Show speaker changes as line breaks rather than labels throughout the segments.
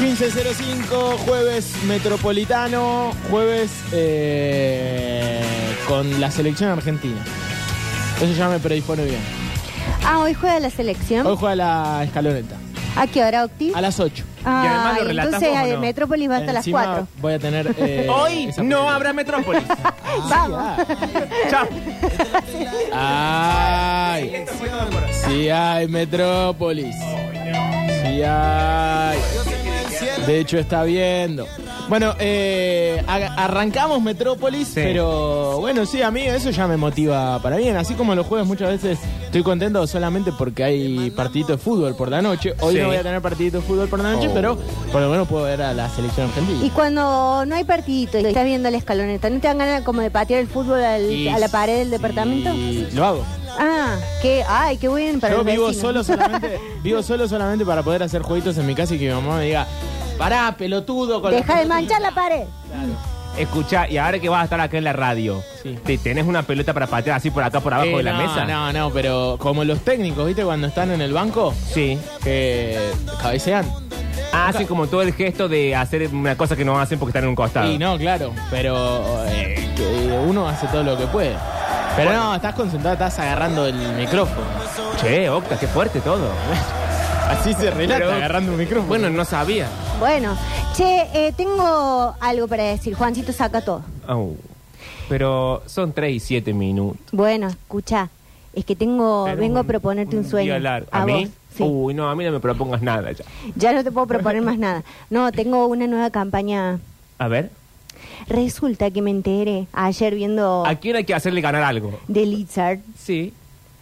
15.05, jueves metropolitano, jueves eh, con la selección argentina. Eso ya me predispone bien.
Ah, hoy juega la selección.
Hoy juega la escaloneta.
¿A qué hora, Octi?
A las 8.
Ah,
Y además lo relatás
entonces
vos, ¿o
a
no?
Metrópolis va hasta las
Encima
4.
Voy a tener. eh,
Hoy
esa
no
posibilidad.
habrá Metrópolis.
Ah,
Vamos.
Chao.
ah. ¡Ay! Sí hay Metrópolis. Sí hay. De hecho está viendo. Bueno, eh, a- arrancamos Metrópolis, pero bueno, sí, a mí eso ya me motiva para bien. Así como los jueves muchas veces estoy contento solamente porque hay partiditos de fútbol por la noche. Hoy
Sí.
no voy a tener partiditos de fútbol por la noche, pero por lo menos puedo ver a la selección
Y
argentina.
cuando no hay partidito y estás viendo la escaloneta, ¿no te dan ganas como de patear el fútbol al-
Y
a la pared del
sí,
departamento?
Lo hago.
Ah, qué, ay, qué bueno para
Yo
el
vivo
vecino.
solo solamente, vivo solo solamente para poder hacer jueguitos en mi casa y que mi mamá me diga, pará, pelotudo, con la
Deja de
pelotita".
manchar la pared.
Escucha, y ahora que vas a estar acá en la radio,
Sí.
¿te tenés una pelota para patear así por acá, por abajo
Eh,
de la
no,
mesa?
No, no, pero como los técnicos, ¿viste? Cuando están en el banco,
Sí.
que cabecean.
Hace como todo el gesto de hacer una cosa que no hacen porque están en un costado.
Y no, claro, pero eh, que uno hace todo lo que puede. Pero no, estás concentrado, estás agarrando el micrófono.
Che, Octa, qué fuerte todo.
Así se relata,
Pero-
agarrando un micrófono.
Bueno, no sabía.
Bueno, che, eh, tengo algo para decir. Juancito saca todo.
Au. Pero son 3 y 7 minutos.
Bueno, escucha, es que tengo,
Pero
Oh, vengo a
un-
proponerte un sueño.
día largo. ¿A, mí? Uh,
vos, sí.
Uy, no, a mí no me propongas nada ya.
Ya no te puedo proponer más nada. No, tengo una nueva campaña.
A ver,
Resulta que me enteré ayer viendo
¿a quién hay que hacerle ganar algo?
The Lizard,
Sí.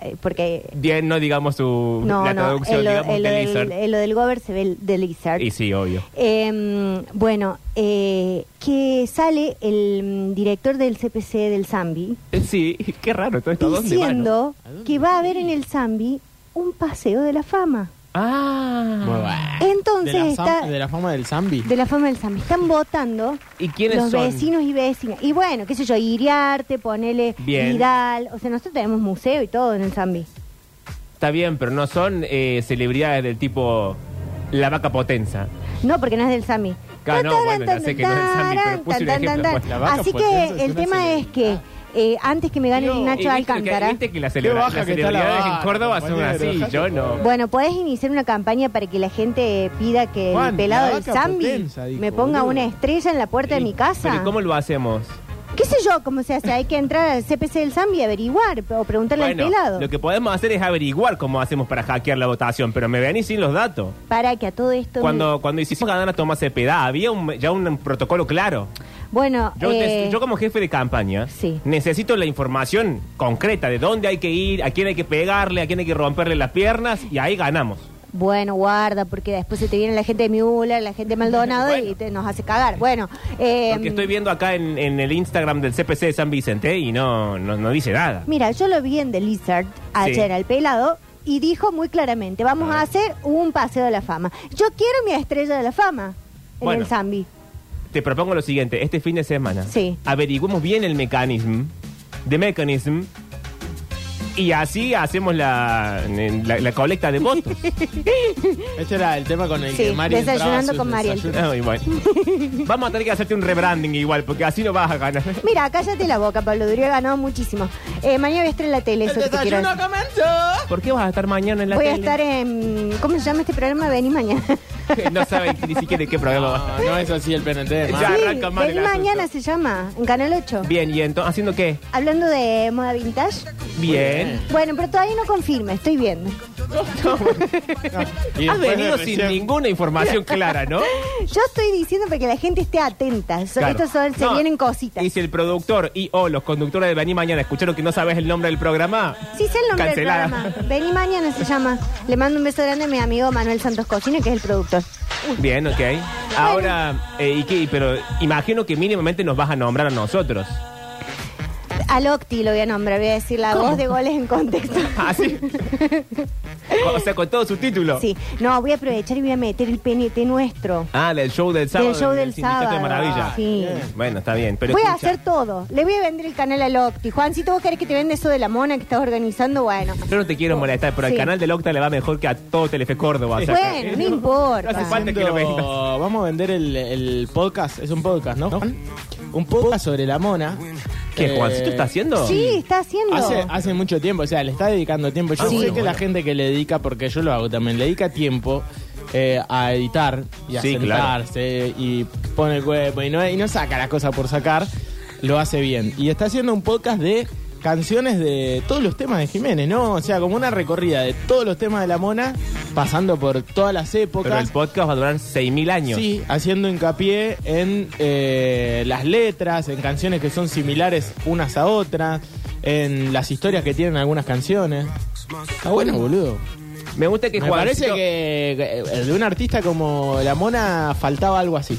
eh, porque
Bien, no digamos su,
no,
la
no,
traducción,
en lo,
digamos
en lo
de
del-
Lizard.
en lo del Gover se ve el The Lizard.
Y sí, obvio.
Em, bueno, eh, que sale el mm, director del CPC del Zambi
Eh, Sí, qué raro todo esto. ¿a ¿Dónde va,
diciendo
no?
que va a haber en el Zambi un paseo de la fama.
Ah.
Muy bueno.
Entonces
de la,
está-
fam- de la fama del Zambi.
De la fama del Zambi. Están votando
¿Y quiénes
los
son?
vecinos y vecinas. Y bueno, qué sé yo, Iriarte, ponele
Bien.
Vidal. O sea, nosotros tenemos museo y todo en el Zambi.
Está bien, pero no son eh, celebridades del tipo la vaca potenza.
No, porque no es del Sami.
Claro, no, bueno, ya sé que no es del Sami, pero puse un ejemplo, pues,
la vaca
Así
potencia es
que el
una
tema es que eh, antes que me gane
No,
Y
Nacho
Ah. viste Que,
Alcántara,
viste que las,
Qué
celebra-
baja
las
que está la
celebridades en
vaca,
Córdoba son
compañero,
así,
dejate
yo
de
no.
bueno, podés iniciar una campaña para que la gente pida que
Juan,
el pelado
la
del
vaca
Zambi
potencia, dijo,
me ponga
boludo.
una estrella en la puerta de mi casa.
Pero ¿y cómo lo hacemos?
¿Qué sé yo cómo se hace? Hay que entrar al CPC del Zambi y averiguar o preguntarle al pelado.
lo que podemos hacer es averiguar cómo hacemos para hackear la votación, pero me venís sin los datos.
Para que a todo esto...
Cuando, cuando hicimos ganar a Tomás Cepeda, había un- ya un protocolo claro.
Bueno,
Yo,
eh,
te- yo como jefe de campaña
Sí.
necesito la información concreta de dónde hay que ir, a quién hay que pegarle, a quién hay que romperle las piernas y ahí ganamos.
Bueno, guarda, porque después se te viene la gente de Miula, la gente de Maldonado
Bueno.
y te, nos hace cagar. Bueno, eh,
Porque estoy viendo acá en, en el Instagram del CPC de San Vicente y no, no, no dice nada.
mira, yo lo vi en The Lizard ayer al pelado y dijo muy claramente, vamos a hacer un paseo de la fama. Yo quiero mi estrella de la fama en
Bueno.
el Zambi.
Te propongo lo siguiente, este fin de semana
Sí.
averiguemos bien el mecanismo, de mecanism, y así hacemos la, la, la colecta de votos.
Este era el tema con el
Sí,
que Mario entraba a
desayunando
sus
con Mariel.
desayunos.
Ay, Ah, bueno. Vamos a tener que hacerte un rebranding igual, porque así no vas a ganar.
Mira, cállate la boca, Pablo Durio ha ganado muchísimo. Eh, mañana voy a estar en la tele, eso que te quiero decir.
¿Por qué vas a estar mañana en la
Voy a
tele?
estar en... ¿Cómo se llama este programa? Vení mañana.
no saben ni siquiera de qué programa va a
No, no es así el PNT.
Ya
Mario.
Sí,
arranca mal
Vení
el asunto.
mañana se llama, en Canal 8.
estar. Bien, ¿y entonces haciendo qué?
Hablando de moda vintage.
Bien.
Bueno, pero todavía no confirma, estoy viendo.
Y
Has
después de
venido sin
recién-
ninguna información clara, ¿no?
Yo estoy diciendo para que la gente esté atenta. So-
Claro.
Estos son, se
No,
vienen cositas.
Y si el productor y o los conductores de Vení Mañana escucharon que no sabes el nombre del programa,
Sí, sé el nombre
cancelada.
del programa. Vení mañana se llama. Le mando un beso grande a mi amigo Manuel Santos Cocina, que es el productor.
Bien, ok. Ahora, eh, ¿y qué? Pero imagino que mínimamente nos vas a nombrar a nosotros.
A Locti lo voy a nombrar, voy a decir la voz de goles en contexto.
Así. Ah, o sea, con todo su título.
Sí, no, voy a aprovechar y voy a meter el PNT nuestro.
Ah, del show del sábado.
Del show del
Sindicato de
sábado.
Maravilla.
Sí.
Bien. Bueno, está bien. Pero
voy a
escucha,
hacer todo. Le voy a vender el canal a Locti. Juan, si tú querés que te venda eso de la mona que estás organizando, bueno.
Yo no te quiero molestar, pero al
Sí.
canal del Octa le va mejor que a todo Telefe Córdoba. o sea que-
Bueno, no
No
importa.
hace falta que lo vendas.
Vamos a vender el, el podcast, es un podcast, ¿no? Juan? Un podcast sobre la mona.
¿Qué,
Eh,
Juancito está haciendo?
Sí, está haciendo.
Hace, hace mucho tiempo, o sea, le está dedicando tiempo. Yo
Ah,
sé
bueno,
que
bueno.
la gente que le dedica, porque yo lo hago también, le dedica tiempo eh, a editar y a
Sí, claro.
sentarse y pone el cuerpo y no, y no saca las cosas por sacar, lo hace bien. Y está haciendo un podcast de canciones de todos los temas de Jiménez, ¿no? O sea, como una recorrida de todos los temas de la mona, pasando por todas las épocas.
Pero el podcast va a durar 6.000 años.
Sí, haciendo hincapié en eh, las letras, en canciones que son similares unas a otras, en las historias que tienen algunas canciones. Está bueno, boludo.
Me gusta que
Me
Juancito...
parece que eh, de un artista como La Mona faltaba algo así.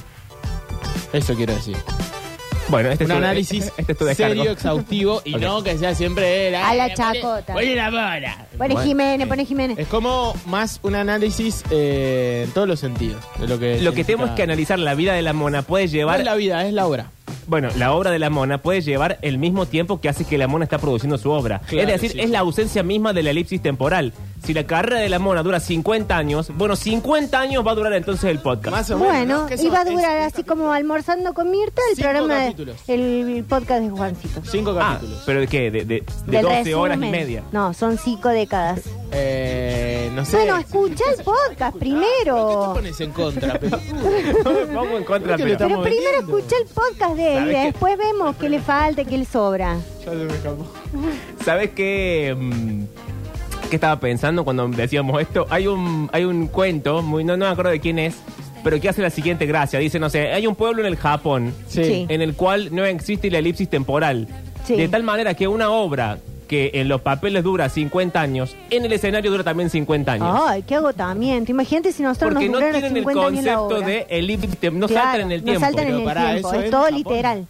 Eso quiero decir.
Bueno, este
Un
es tu-
análisis
este es tu descargo.
serio, exhaustivo y
Ok.
no que sea siempre... eh,
A la
eh,
chacota.
Oye, la mona.
Pone
Bueno,
Jiménez, pone Jiménez.
Es como más un análisis eh, en todos los sentidos. De lo que,
Lo que tenemos
significa-
que analizar, la vida de la mona puede
No
llevar...
es la vida, es la obra.
Bueno, la obra de la mona puede llevar el mismo tiempo que hace que la mona está produciendo su obra.
Claro,
es decir,
sí.
es la ausencia misma de la elipsis temporal. Si la carrera de la mona dura 50 años, bueno, 50 años va a durar entonces el podcast.
Más o menos.
Bueno,
¿no? Que
iba a
son-
durar
es-
así como almorzando con Mirta el
Cinco
programa, de,
capítulos.
el podcast de Juancito.
Cinco
ah,
capítulos.
pero ¿de qué? De, de- de
Del
12 horas y
resumen.
media.
No, son cinco décadas.
Eh, no sé.
Bueno, escucha el podcast
ah, ¿Por qué te
primero.
pones en contra, pelotudo?
Vamos en
Creo que lo
contra, pero-
Pero
estamos
primero
vendiendo?
escucha el podcast de él y
¿Sabes qué?
después vemos qué le falta, qué le sobra.
Ya se me escapó.
¿Sabes qué? mm, ¿Qué estaba pensando cuando decíamos esto? Hay un, hay un cuento, muy, no, no me acuerdo de quién es, pero que hace la siguiente gracia. Dice, no sé, hay un pueblo en el Japón
Sí.
Sí.
en el cual no existe la elipsis temporal.
Sí.
De tal manera que una obra que en los papeles dura 50 años, en el escenario dura también 50 años.
Ay, qué agotamiento. Imagínate si nosotros
Porque
nos
no
duraron
tienen el
50 años la
concepto
obra.
de elipsis, tem- no
Claro,
saltan en el
no
tiempo.
saltan en
pero
el
pará,
tiempo,
eso
es
en
todo
Japón.
literal.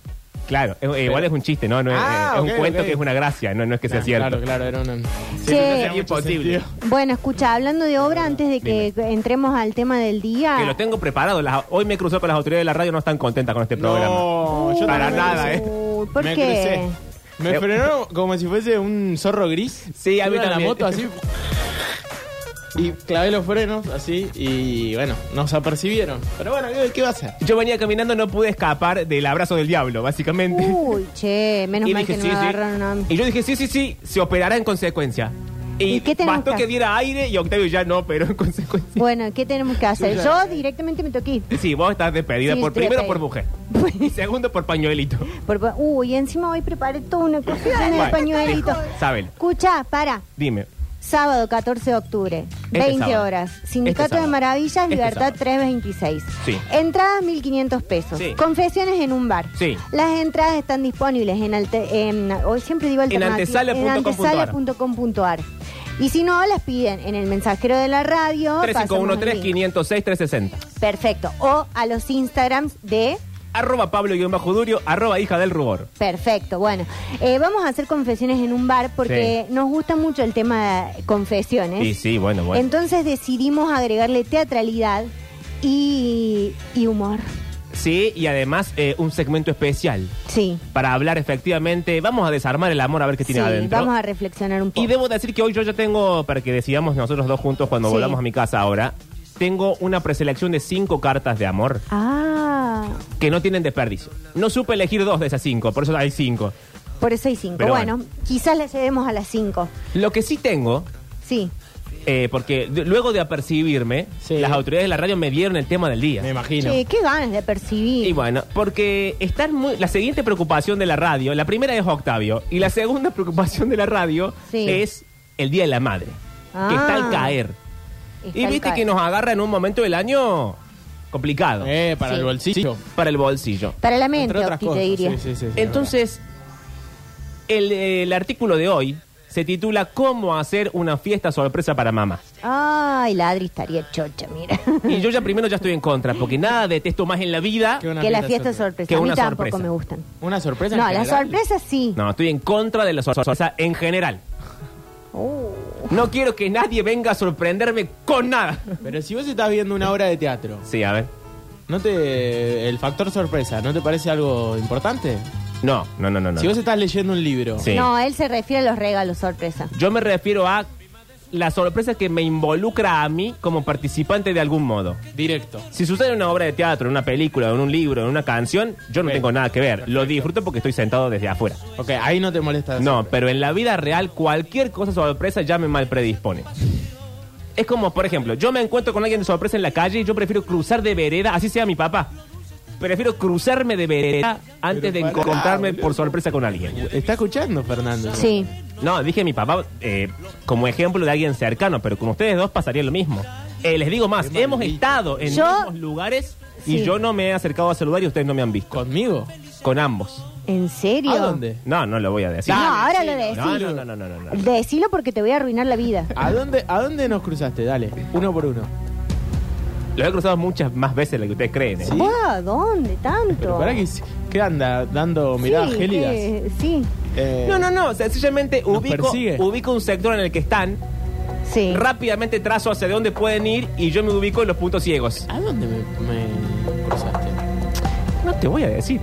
Claro, es- eh, igual es un chiste, ¿no? no es,
Ah,
es un
ok,
cuento
ok.
que es una gracia, no, no es que sea cierto.
Claro, claro, era una.
Che,
Es imposible.
bueno, escucha, hablando de obra, antes de que entremos al tema del día.
Que lo tengo preparado. Las- hoy me cruzó con las autoridades de la radio, no están contentas con este programa.
No, yo
Para
también me
nada,
crucé.
¿eh?
Uy, ¿Por
me
qué?
crucé. Me Eh, frenó como si fuese un zorro gris.
Sí, a mí
Iba en la
también.
moto así. Y clavé los frenos así y bueno, nos apercibieron. Pero bueno, ¿qué- ¿qué va a hacer?
Yo venía caminando, no pude escapar del abrazo del diablo, básicamente.
Uy, che, Uh, menos
y
mal
dije,
que no
sí,
agarraron a mí.
sí. Y yo dije, sí, sí, sí, se operará en consecuencia. Y,
¿Y qué tenemos
bastó
que
que
hacer?
diera aire y Octavio ya no, pero en consecuencia.
Bueno, ¿qué tenemos que hacer? Yo directamente me toqué.
Sí, vos estás despedida
Sí,
por
estoy
primero
despedida.
por mujer. Y segundo por pañuelito.
Por- uy, encima hoy preparé toda una cocina de
Bueno,
pañuelito.
Sábelo.
Escucha, para.
Dime.
Sábado 14 de octubre,
Este
20
sábado.
horas.
Este
Sindicato de
sábado.
Maravillas,
Este
Libertad
sábado.
326.
Sí.
Entradas 1.500 pesos.
Sí.
Confesiones en un bar.
Sí.
Las entradas están disponibles en, alte- en- hoy siempre digo alternativa-
antesala.com.ar.
en antesala.com.ar. Y si no, las piden en el mensajero de la radio. pasamos el link.
351-3506-360.
Perfecto. O a los Instagrams de
Arroba Pablo-Durio, arroba hija del rubor.
Perfecto, bueno, eh, vamos a hacer confesiones en un bar porque nos gusta mucho el tema de confesiones.
Sí, sí, bueno, bueno.
Entonces decidimos agregarle teatralidad y, y humor.
Sí, y además eh, un segmento especial.
Sí,
para hablar efectivamente. Vamos a desarmar el amor a ver qué tiene
sí,
adentro.
vamos a reflexionar un poco.
Y debo decir que hoy yo ya tengo, para que decidamos nosotros dos juntos cuando
Sí.
volvamos a mi casa ahora, tengo una preselección de cinco cartas de amor
Ah,
que no tienen desperdicio. No supe elegir dos de esas cinco, por eso hay cinco.
por eso hay cinco.
Pero
bueno,
bueno.
quizás las llevemos a las cinco.
Lo que sí tengo,
Sí,
eh, porque de- luego de apercibirme,
Sí.
las autoridades de la radio me dieron el tema del día.
Me imagino.
Che, qué ganas de percibir.
Y bueno, porque están muy. La siguiente preocupación de la radio, la primera es Octavio, y la segunda preocupación de la radio
Sí.
es el Día de la Madre, que está
Ah.
al caer.
Está
Y
el
viste
ca-
que nos agarra en un momento del año complicado
Eh, para
Sí.
el bolsillo.
para el bolsillo.
Para la
Entre
mente,
otras
Octi,
cosas.
te diría.
Sí, sí, sí, sí,
Entonces, el, eh, el artículo de hoy se titula ¿Cómo hacer una fiesta sorpresa para mamá?
Ay, Ladri estaría chocha, mira.
Y yo ya primero ya estoy en contra, porque nada detesto más en la vida.
Qué una
que las
fiesta
fiestas
sorpresa.
sorpresas.
Que
A mí
una
tampoco
sorpresa.
me gustan.
Una sorpresa.
No,
en
las
general.
sorpresas sí.
No, estoy en contra de la sor- sorpresa en general.
Oh.
No quiero que nadie venga a sorprenderme con nada.
Pero si vos estás viendo una obra de teatro,
Sí, a ver.
¿no te el factor sorpresa no te parece algo importante?
No, no, no, no. no.
Si vos estás leyendo un libro,
Sí.
No, él se refiere a los regalos sorpresa.
Yo me refiero a la sorpresa que me involucra a mí como participante de algún modo.
directo.
Si sucede en una obra de teatro, en una película, en un libro, en una canción, yo no
Ok.
tengo nada que ver. Lo disfruto porque estoy sentado desde afuera.
Ok, ahí no te molesta. la
No,
sorpresa.
pero en la vida real cualquier cosa sorpresa ya me mal predispone. Es como, por ejemplo, yo me encuentro con alguien de sorpresa en la calle y yo prefiero cruzar de vereda, así sea mi papá. Prefiero cruzarme de vereda antes de
Pero pará,
encontrarme
boludo.
por sorpresa con alguien.
Está escuchando, Fernando.
Sí.
No, dije mi papá eh, como ejemplo de alguien cercano, pero con ustedes dos pasaría lo mismo. Eh, les digo más,
Qué
hemos
maravilla.
estado en
Yo-
mismos lugares y
Sí.
yo no me he acercado a saludar y ustedes no me han visto.
¿Conmigo?
Con ambos.
¿En serio?
¿A dónde?
No, no lo voy a decir.
No, ahora lo
sí,
decís.
No, no, no, no, no, no.
Decilo porque te voy a arruinar la vida.
¿A dónde, ¿A dónde nos cruzaste? Dale, uno por uno.
Los he cruzado muchas más veces de lo que ustedes creen. ¿eh?
Sí.
¿Vos a dónde
Pero
tanto?
pará que, ¿qué anda? ¿Dando miradas
Sí,
gélidas?
que- sí,
Eh,
No, no, no. Sencillamente
Nos
ubico,
persigue.
ubico un sector en el que están,
sí.
rápidamente trazo hacia dónde pueden ir y yo me ubico en los puntos ciegos.
¿A dónde me, me cruzaste?
No te voy a decir.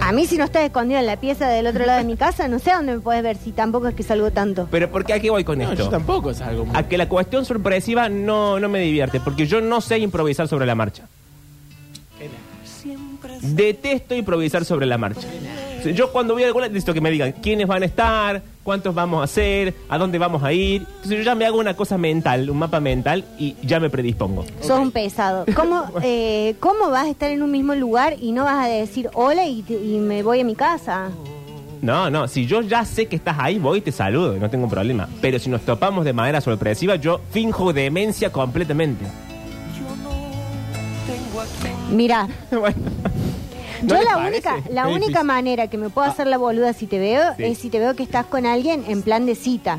A mí si no estás escondido en la pieza del otro lado de mi casa, no sé a dónde me puedes ver si tampoco es que salgo tanto.
Pero ¿por qué aquí voy con
No,
esto?
yo tampoco salgo muy...
a que la cuestión sorpresiva no, no me divierte, porque yo no sé improvisar sobre la marcha. Detesto improvisar sobre la marcha. O sea, Yo cuando voy a alguna necesito que me digan quiénes van a estar, cuántos vamos a hacer, a dónde vamos a ir. Entonces yo ya me hago una cosa mental, un mapa mental y ya me predispongo.
Sos un pesado. ¿Cómo, eh, ¿Cómo vas a estar en un mismo lugar y no vas a decir hola y, te- y me voy a mi casa?
No, no, si yo ya sé que estás ahí, voy y te saludo, no tengo problema. Pero si nos topamos de manera sorpresiva, yo finjo demencia completamente.
Mirá,
Bueno, ¿no
yo
les
la
parece?
única, la
Qué
única
difícil.
manera que me puedo hacer la boluda si te veo
Sí.
es si te veo que estás con alguien en plan de cita.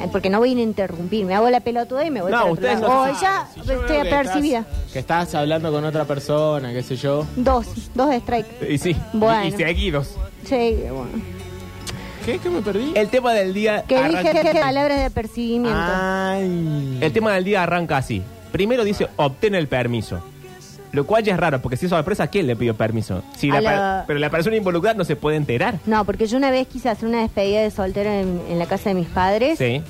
Ay, Porque no voy a interrumpir, me hago la pelotuda y me voy
No,
para otro
ustedes
lado.
no
O ya
Ah, Si yo veo
estoy
que estás-
apercibida.
Que estás hablando con otra persona, qué sé yo.
Dos, dos strikes.
Y sí, y- y
Bueno.
seguidos.
Sí, bueno.
¿Qué? ¿Qué me perdí?
El tema del día.
Que dije
arranca- Ah.
que palabras de apercibimiento.
Ay.
El tema del día arranca así. Primero dice obtén el permiso. Lo cual ya es raro, porque si es sorpresa, ¿a quién le pidió permiso? Si
A
la per-
la-
Pero la persona involucrada no se puede enterar.
No, porque yo una vez quise hacer una despedida de soltero en, en la casa de mis padres
Sí.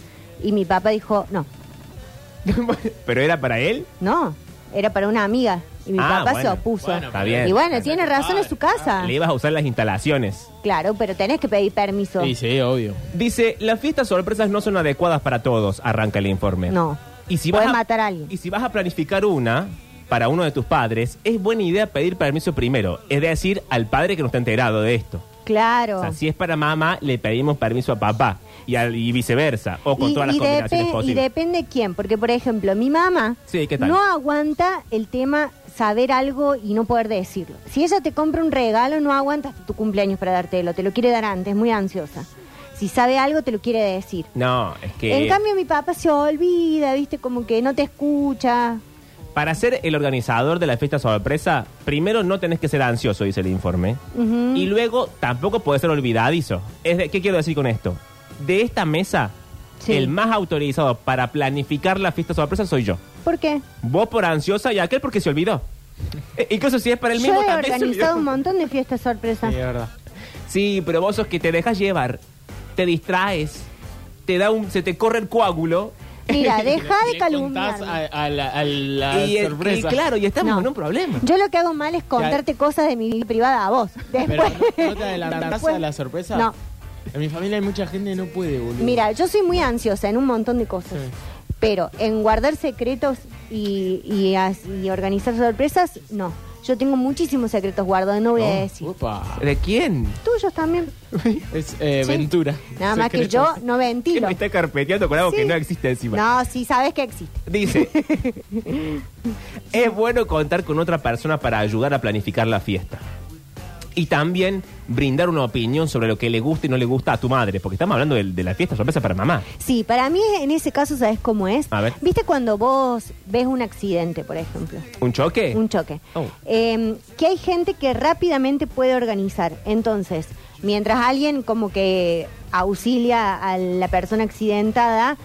y mi papá dijo, no,
pero era para él.
no, era para una amiga y mi
Ah,
papá
bueno.
se opuso.
Bueno,
Está bien. Ah,
y bueno, tiene razón, es su casa.
Le ibas a usar las instalaciones.
Claro, pero tenés que pedir permiso.
Sí, sí, obvio.
Dice, las fiestas sorpresas no son adecuadas para todos, arranca el informe.
No.
Y si
Puede
vas
matar a alguien.
Y si vas a planificar una para uno de tus padres, es buena idea pedir permiso primero. Es decir, al padre que no está enterado de esto.
Claro.
O sea, si es para mamá, le pedimos permiso a papá. Y, al- y viceversa. O con
Y,
todas las
y
combinaciones
depe- y
posibles.
depende quién, porque por ejemplo, mi mamá
Sí, ¿qué tal?
no aguanta el tema saber algo y no poder decirlo. Si ella te compra un regalo, no aguanta hasta tu cumpleaños para dártelo, te lo quiere dar antes, es muy ansiosa. Si sabe algo, te lo quiere decir.
No, es que
En cambio, mi papá se olvida, viste, como que no te escucha.
para ser el organizador de la fiesta sorpresa, primero no tenés que ser ansioso, dice el informe.
Ujú.
Y luego tampoco podés ser olvidadizo. Es de- ¿Qué quiero decir con esto? De esta mesa,
Sí.
el más autorizado para planificar la fiesta sorpresa soy yo.
¿Por qué?
Vos por ansiosa y aquel porque se olvidó. E- incluso si es para el
Yo
mismo
he
también se
organizado
olvidó.
un montón de fiestas sorpresa.
Sí, es verdad.
Sí, pero vos sos que te dejas llevar, te distraes, te da un, se te corre el coágulo.
Mira, deja
Le
de
contás a,
calumniar.
a la, a la
y, el- y
Ah, sorpresa.
claro, y estamos
No.
en un problema.
Yo lo que hago mal es contarte cosas de mi vida privada a vos.
Pero
Después.
¿no, no te adelantás
Después-
a la sorpresa?
No.
En mi familia hay mucha gente que no puede, boludo.
Mira, yo soy muy ansiosa en un montón de cosas.
Sí.
Pero en guardar secretos y, y as- y organizar sorpresas, no. Yo tengo muchísimos secretos guardados, no voy a decir.
Opa.
¿De quién?
Tuyos también.
Es eh,
Sí.
Ventura.
Nada más que yo
Secretos.
no
¿Quién
ventilo.
me está carpeteando con algo que
Sí.
no existe encima?
No, sí sabes que existe.
Dice, es bueno contar con otra persona para ayudar a planificar la fiesta. Y también brindar una opinión sobre lo que le gusta y no le gusta a tu madre, porque estamos hablando de, de la fiesta sorpresa para mamá.
Sí, para mí en ese caso, ¿sabes cómo es?
A ver.
¿Viste cuando vos ves un accidente, por ejemplo?
¿Un choque?
Un choque.
Oh.
Eh, que hay gente que rápidamente puede organizar. Entonces, mientras alguien como que auxilia a la persona accidentada,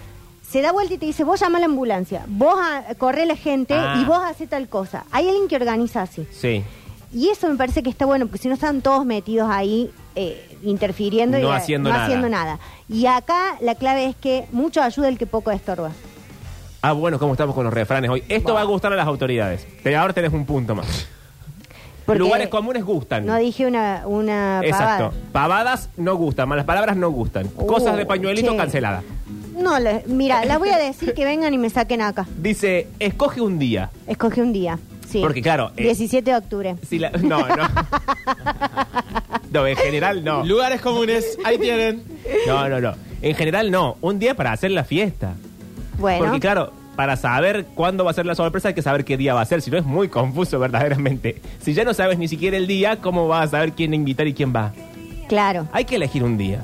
se da vuelta y te dice, vos llama a la ambulancia, vos a- corre la gente
Ah.
y vos hace tal cosa. Hay alguien que organiza así.
Sí.
Y eso me parece que está bueno, porque si no están todos metidos ahí eh, interfiriendo y
No
eh,
haciendo
no
nada.
haciendo nada. Y acá la clave es que mucho ayuda el que poco estorba.
Ah, bueno, ¿cómo estamos con los refranes hoy? Esto va a gustar a las autoridades. Te- Ahora tenés un punto más.
Porque
Lugares comunes gustan.
No dije una, una
Exacto.
pavada.
Pavadas no gustan, malas palabras no gustan.
Uh,
Cosas de pañuelito
che.
canceladas.
No, le- mira, las voy a decir que vengan y me saquen acá.
Dice, escoge un día.
Escoge un día. Sí.
Porque, claro, eh,
17 de octubre.
Si la- no, no. No, en general no.
Lugares comunes, ahí tienen.
No, no, no. En general no. Un día para hacer la fiesta.
Bueno.
Porque claro, para saber cuándo va a ser la sorpresa hay que saber qué día va a ser. Si no es muy confuso verdaderamente. Si ya no sabes ni siquiera el día, ¿cómo vas a saber quién invitar y quién va?
Claro.
Hay que elegir un día.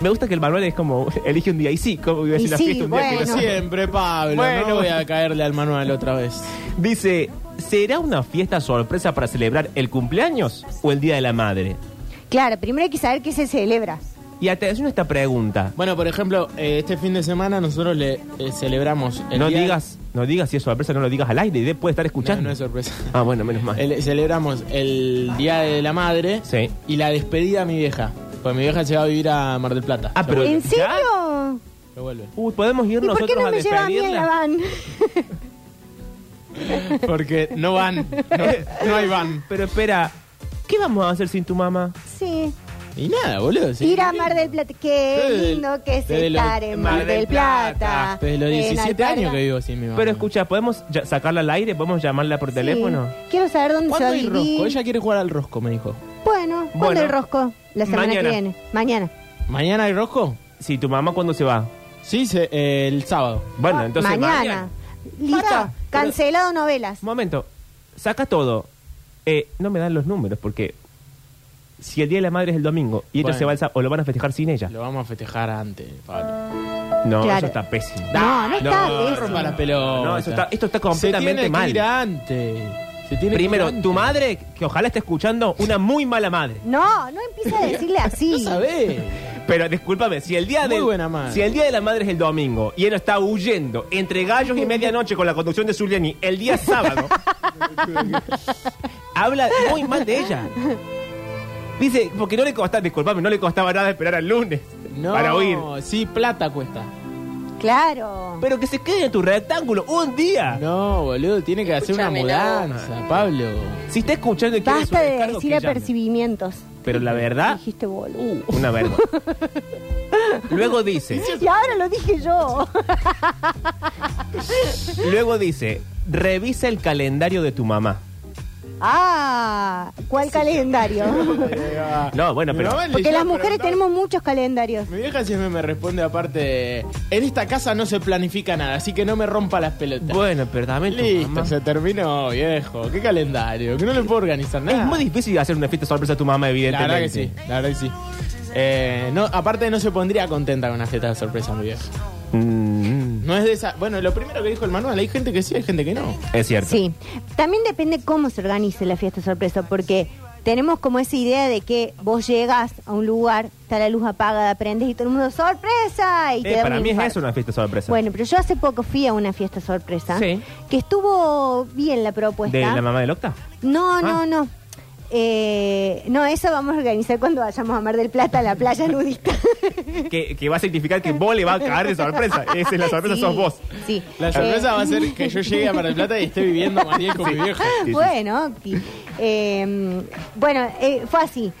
Me gusta que el manual es como, elige un día y sí, como iba a decir
Y
la
sí,
fiesta un día que no
Pero
Bueno.
siempre, Pablo.
Bueno.
No voy a caerle al manual otra vez.
Dice, ¿será una fiesta sorpresa para celebrar el cumpleaños o el Día de la Madre?
Claro, primero hay que saber qué se celebra.
Y atención a esta pregunta.
Bueno, por ejemplo, eh, este fin de semana nosotros le eh, celebramos. el
No
día-
digas, no digas si es sorpresa, no lo digas al aire, y puede estar
No,
escuchando.
no es sorpresa.
Ah, bueno, menos mal.
El- celebramos el Día de la Madre
Sí.
y la despedida a mi vieja. Pues mi vieja se va a vivir a Mar del Plata.
Ah,
Se
pero-
vuelve,
¿En
¿Ya?
serio?
se vuelve.
Uy, podemos ir
¿Y por
nosotros
qué no
a
me lleva a mí en la
despedirla.
van?
Porque no van. No, no hay van.
Pero espera, ¿qué vamos a hacer sin tu mamá?
sí.
Y nada, boludo. sí.
Ir a Mar del Plata. Qué
Desde-
lindo que es
desde los-
estar en Mar del Plata.
Desde los
en
17
Alparga.
años que vivo sin mi mamá.
Pero escucha, ¿podemos ya- sacarla al aire? ¿Podemos llamarla por
Sí.
teléfono?
Quiero saber dónde se va
¿Cuándo
a
hay
vivir.
rosco? Ella quiere jugar al rosco, me dijo.
Bueno, ¿cuándo
Bueno.
el rosco? La semana
Mañana.
que viene. Mañana.
¿Mañana hay rosco?
Sí, ¿tu mamá cuándo se va?
Sí, se- eh, el sábado.
Bueno,
Ah,
entonces
mañana. Listo.
Pará, pero-
Cancelado novelas.
Un momento, saca todo. Eh, no me dan los números porque si el Día de la Madre es el domingo y ella
Bueno.
se va al sábado, o lo van a festejar sin ella.
Lo vamos a festejar antes, Pablo.
No, eso
Claro.
está pésimo.
No, no está
No
pésimo.
rompa las pelotas.
No, eso está- esto está completamente
se tiene
mal.
Que ir antes. Se tiene
Primero,
que ir antes.
tu madre, que ojalá esté escuchando, una muy mala madre.
No, no empieza a decirle
No
así.
sabés.
Pero discúlpame, si el día
Muy
de
buena madre.
si el día de la madre es el domingo y él está huyendo entre gallos y medianoche con la conducción de Zuliani el día sábado, habla muy mal de ella. Dice, porque no le costaba, disculpame, no le costaba nada esperar al lunes
No,
para huir.
sí, plata cuesta.
Claro.
Pero que se quede en tu rectángulo un día.
No, boludo, tiene que hacer una
Escúchame, no.
mudanza, Pablo.
Si está escuchando y quiere su
Basta de
descargo,
decir
que llame.
apercibimientos.
Pero la verdad,
Dijiste boludo.
uh, una verga. Luego dice.
Y ahora lo dije yo.
Luego dice, revisa el calendario de tu mamá.
Ah, ¿cuál calendario?
No, bueno,
Mi
pero...
mamá le
Porque
ya
las mujeres
preguntaba-
tenemos muchos calendarios.
Mi vieja siempre me responde aparte, en esta casa no se planifica nada, así que no me rompa las pelotas.
Bueno, pero también tu
Listo,
mamá.
se terminó, viejo. ¿Qué calendario? Que no le puedo organizar nada.
Es muy difícil hacer una fiesta sorpresa a tu mamá,
La
evidentemente.
verdad que sí, la verdad que sí. Eh, no, aparte no se pondría contenta con una fiesta de sorpresa, mi vieja.
Mm,
No es de esa... Bueno, lo primero que dijo el manual, hay gente que sí, hay gente que no.
es cierto.
Sí. También depende cómo se organice la fiesta sorpresa, porque tenemos como esa idea de que vos llegas a un lugar, está la luz apagada, prendes y todo el mundo ¡sorpresa! Y te
Eh,
da
para
un
mí es
infarto.
eso una fiesta sorpresa.
Bueno, pero yo hace poco fui a una fiesta sorpresa
Sí.
que estuvo bien la propuesta.
¿De la mamá del Octa?
No,
Ah.
no, no. Eh, no, eso vamos a organizar cuando vayamos a Mar del Plata, a la playa nudista.
Que, que va a significar que vos le va a caer de sorpresa. Esa es la sorpresa,
Sí,
sos vos.
Sí.
La
Eh,
sorpresa va a ser que yo llegue a Mar del Plata y esté viviendo más bien con mi vieja.
sí, sí.
Bueno, Octi. Eh, bueno, eh, fue así.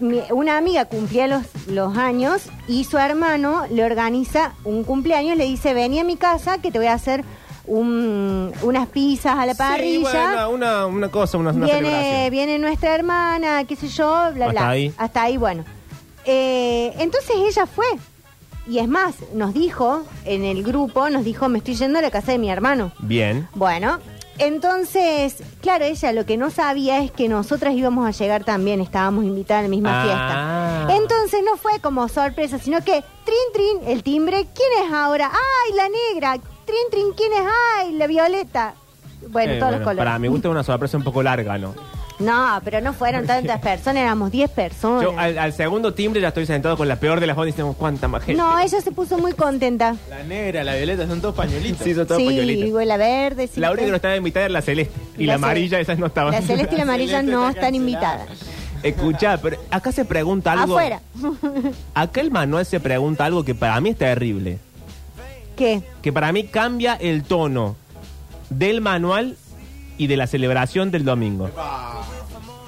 Mi- una amiga cumplía los, los años y su hermano le organiza un cumpleaños, le dice, vení a mi casa que te voy a hacer un- unas pizzas a la parrilla.
Sí, bueno, una, una cosa, una, una
viene,
celebración.
viene nuestra hermana, qué sé yo, bla,
Hasta
bla.
ahí.
Hasta ahí, bueno. Eh, entonces ella fue. Y es más, nos dijo, en el grupo, nos dijo, me estoy yendo a la casa de mi hermano.
Bien.
Bueno, Entonces, claro, ella lo que no sabía es que nosotras íbamos a llegar también, estábamos invitadas a la misma
Ah.
fiesta. Entonces no fue como sorpresa, sino que trin trin el timbre, ¿quién es ahora? ¡Ay, la negra! Trin trin, ¿quién es? ¡Ay, la violeta! Bueno,
Eh,
todos los colores.
Para mi gusto es una sorpresa un poco larga, ¿no?
No, pero no fueron tantas personas, éramos 10 personas.
Yo al, al segundo timbre ya estoy sentado con la peor de las bodas y decimos, ¿cuánta más gente?
No, ella se puso muy contenta.
La negra, la violeta, son todos pañuelitos.
Sí, son todos
Sí,
pañuelitos.
la verde, sí.
La única que no estaba invitada era la celeste. Y la,
La ce-
amarilla, esas no estaban.
La celeste y la amarilla
celeste está
no están
cancelada.
invitadas.
Escuchá, pero acá se pregunta algo.
Afuera.
Acá el manual se pregunta algo que para mí es terrible.
¿Qué?
Que para mí cambia el tono del manual y de la celebración del domingo.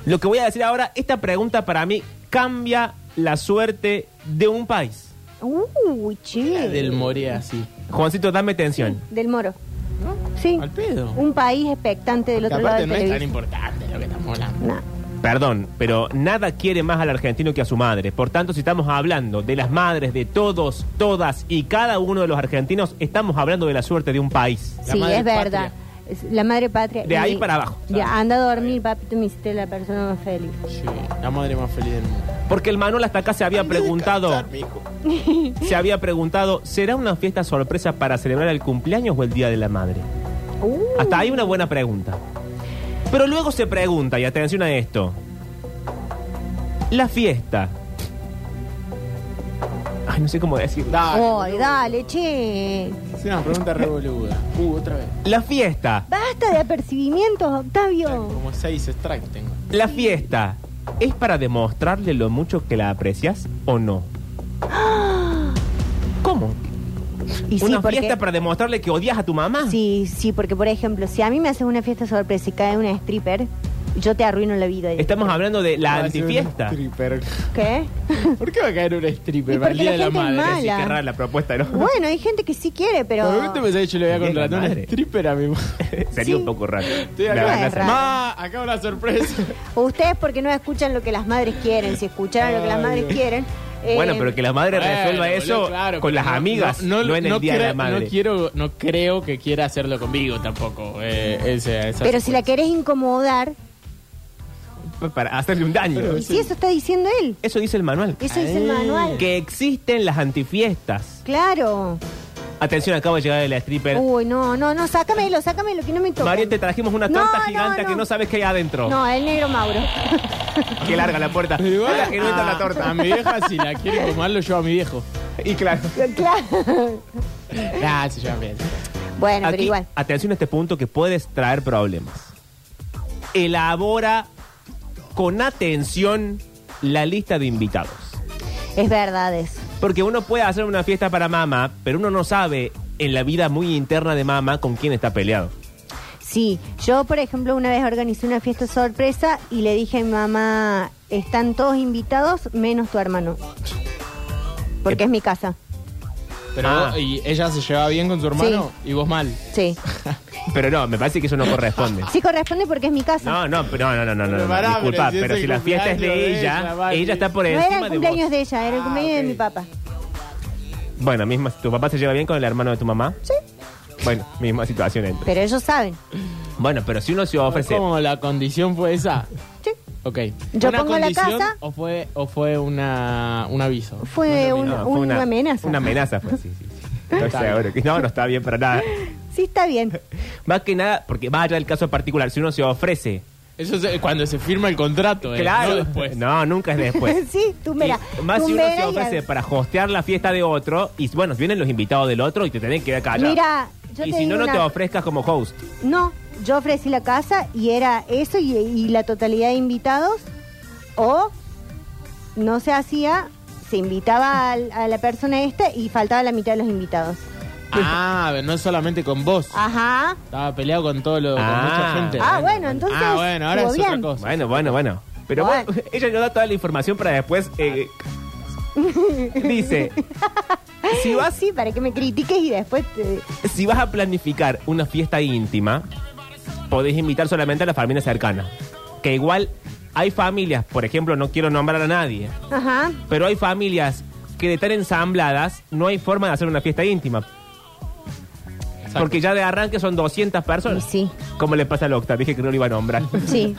Lo que voy a decir ahora, esta pregunta para mí cambia la suerte de un país.
Uy, che.
Del Morea, así.
Juancito, dame tensión.
Del moro. Sí.
Al pedo.
Un país expectante del
Que
otro lado
aparte
del
no es tan
televisor.
importante lo que estamos hablando.
No.
Perdón, pero nada quiere más al argentino que a su madre. Por tanto, si estamos hablando de las madres de todos, todas y cada uno de los argentinos, estamos hablando de la suerte de un país.
La
sí,
madre
es verdad.
patria.
Es La madre patria.
De ahí para abajo.
Ya, anda a dormir, papi, tú me hiciste la persona más feliz.
Sí, la madre más feliz del mundo.
Porque el Manuel hasta acá se había preguntado, se había preguntado, ¿será una fiesta sorpresa para celebrar el cumpleaños o el Día de la Madre?
Uh,
Hasta ahí una buena pregunta. Pero luego se pregunta, y atención a esto, la fiesta. Ay, no sé cómo decirlo.
Dale.
ay, dale, che.
Es una pregunta re boluda. Uh, otra vez.
La fiesta,
Basta de apercibimientos, Octavio.
Como seis strikes tengo.
la fiesta, ¿es para demostrarle lo mucho que la aprecias o no? ¿Cómo?
Y sí,
¿Una
porque-
fiesta para demostrarle que odias a tu mamá?
Sí, sí, porque por ejemplo, si a mí me haces una fiesta sorpresa y cae una stripper, yo te arruino la vida.
Estamos hablando de la
Va a ser un
antifiesta.
stripper.
¿Qué?
¿Por qué va a caer un stripper
Y
para el
porque
día
la
de la
gente es
madre?
mala.
Sí, qué rara la propuesta, ¿no?
Bueno, hay gente que sí quiere, pero.
Por te pensás que yo le voy a
Día de la
contratar una
madre.
stripper a mi madre.
Sería
Sí.
un poco raro.
Estoy
La
acá.
No,
verdad,
es raro.
Ma, Ah, acá una sorpresa.
Ustedes porque no escuchan lo que las madres quieren, si escucharan lo que las madres
Ay.
quieren. eh,
Bueno, pero que la madre
Bueno,
resuelva
boludo,
eso
claro,
con
pero
las
no-
amigas, no, en el día de la
cre-
madre.
No quiero, no creo que quiera hacerlo conmigo tampoco. eh, ese- esa
Pero
pues.
si la querés incomodar,
Para hacerle un daño.
Pero-
y si eso está diciendo él,
Eso dice el manual.
eso dice el manual.
Que existen las antifiestas.
Claro.
Atención, acaba de llegar el stripper.
Uy, no, no, no, sácamelo, sácamelo, que no me toca.
María, te trajimos una
No,
torta
no,
gigante
no.
que no sabes qué hay adentro.
No, el negro Mauro.
Que larga la puerta.
Y bueno,
Hola, que no está
a,
la torta.
Ah, a mi vieja, si la quiere tomarlo, yo a mi viejo.
Y claro.
claro.
Ah, se llama bien.
Bueno, pero
Aquí,
igual.
atención a este punto que puedes traer problemas. Elabora con atención la lista de invitados.
Es verdad eso.
Porque uno puede hacer una fiesta para mamá, pero uno no sabe en la vida muy interna de mamá con quién está peleado.
Sí, yo por ejemplo una vez organicé una fiesta sorpresa y le dije a mi mamá, están todos invitados menos tu hermano. Porque es mi casa.
Pero
Ah.
vos- y ella se llevaba bien con su hermano y vos mal.
Sí.
Pero no, me parece que eso no corresponde.
Sí corresponde porque es mi casa.
No, no, pero- no, no, no, no, no,
Pero
no,
pará, pero
disculpa,
si es
pero
el
si la fiesta es
cumpleaños
de
de
ella,
ella,
ella,
Mati.
está por
No
encima
era el cumpleaños
de
de ella, era el
Ah,
cumpleaños
ok.
de mi papá.
vos. Bueno, misma, ¿tu papá se lleva bien con el hermano de tu mamá?
Sí.
Bueno, misma situación entonces.
Pero ellos saben.
Bueno, pero si uno se ofrece...
¿Cómo la condición fue esa?
Sí.
Ok.
Yo
¿Una
pongo la
condición
casa-
o fue, o fue una, un aviso?
Fue un-
No, fue
una, amenaza.
Una amenaza fue, sí, sí, sí. Estoy
Está bien.
seguro que- no, no está bien para nada.
Sí, está bien.
Más que nada, porque vaya el caso particular, si uno se ofrece...
Eso es eh, cuando se firma el contrato, eh,
claro.
no después.
No, nunca es después.
sí, tú mira.
Y más
tú
si uno se
mira y-
ofrece para hostear la fiesta de otro, y bueno, vienen los invitados del otro y te tienen que quedar callado.
Mira, yo
y
te
si no,
digo
no
una-
te ofrezcas como host.
No, yo ofrecí la casa y era eso y, y la totalidad de invitados. O no se hacía, se invitaba al- a, la persona esta y faltaba la mitad de los invitados.
Ah, pero no solamente con vos.
Ajá.
Estaba peleado con todo lo,
Ah.
con mucha gente.
Ah, bueno, entonces,
Ah, bueno, ahora es
estuvo
otra
bien.
cosa.
Bueno, bueno, bueno. Pero
Bueno.
bueno, ella nos da toda la información para después. eh, dice: si vas,
Sí, para que me critiques y después te-
si vas a planificar una fiesta íntima, podés invitar solamente a la familia cercana. Que igual hay familias, por ejemplo, no quiero nombrar a nadie,
Ajá.
pero hay familias que de tan ensambladas no hay forma de hacer una fiesta íntima. Porque ya de arranque son 200 personas.
Y sí.
Como le pasa a Octa, dije que no lo iba a nombrar.
Sí.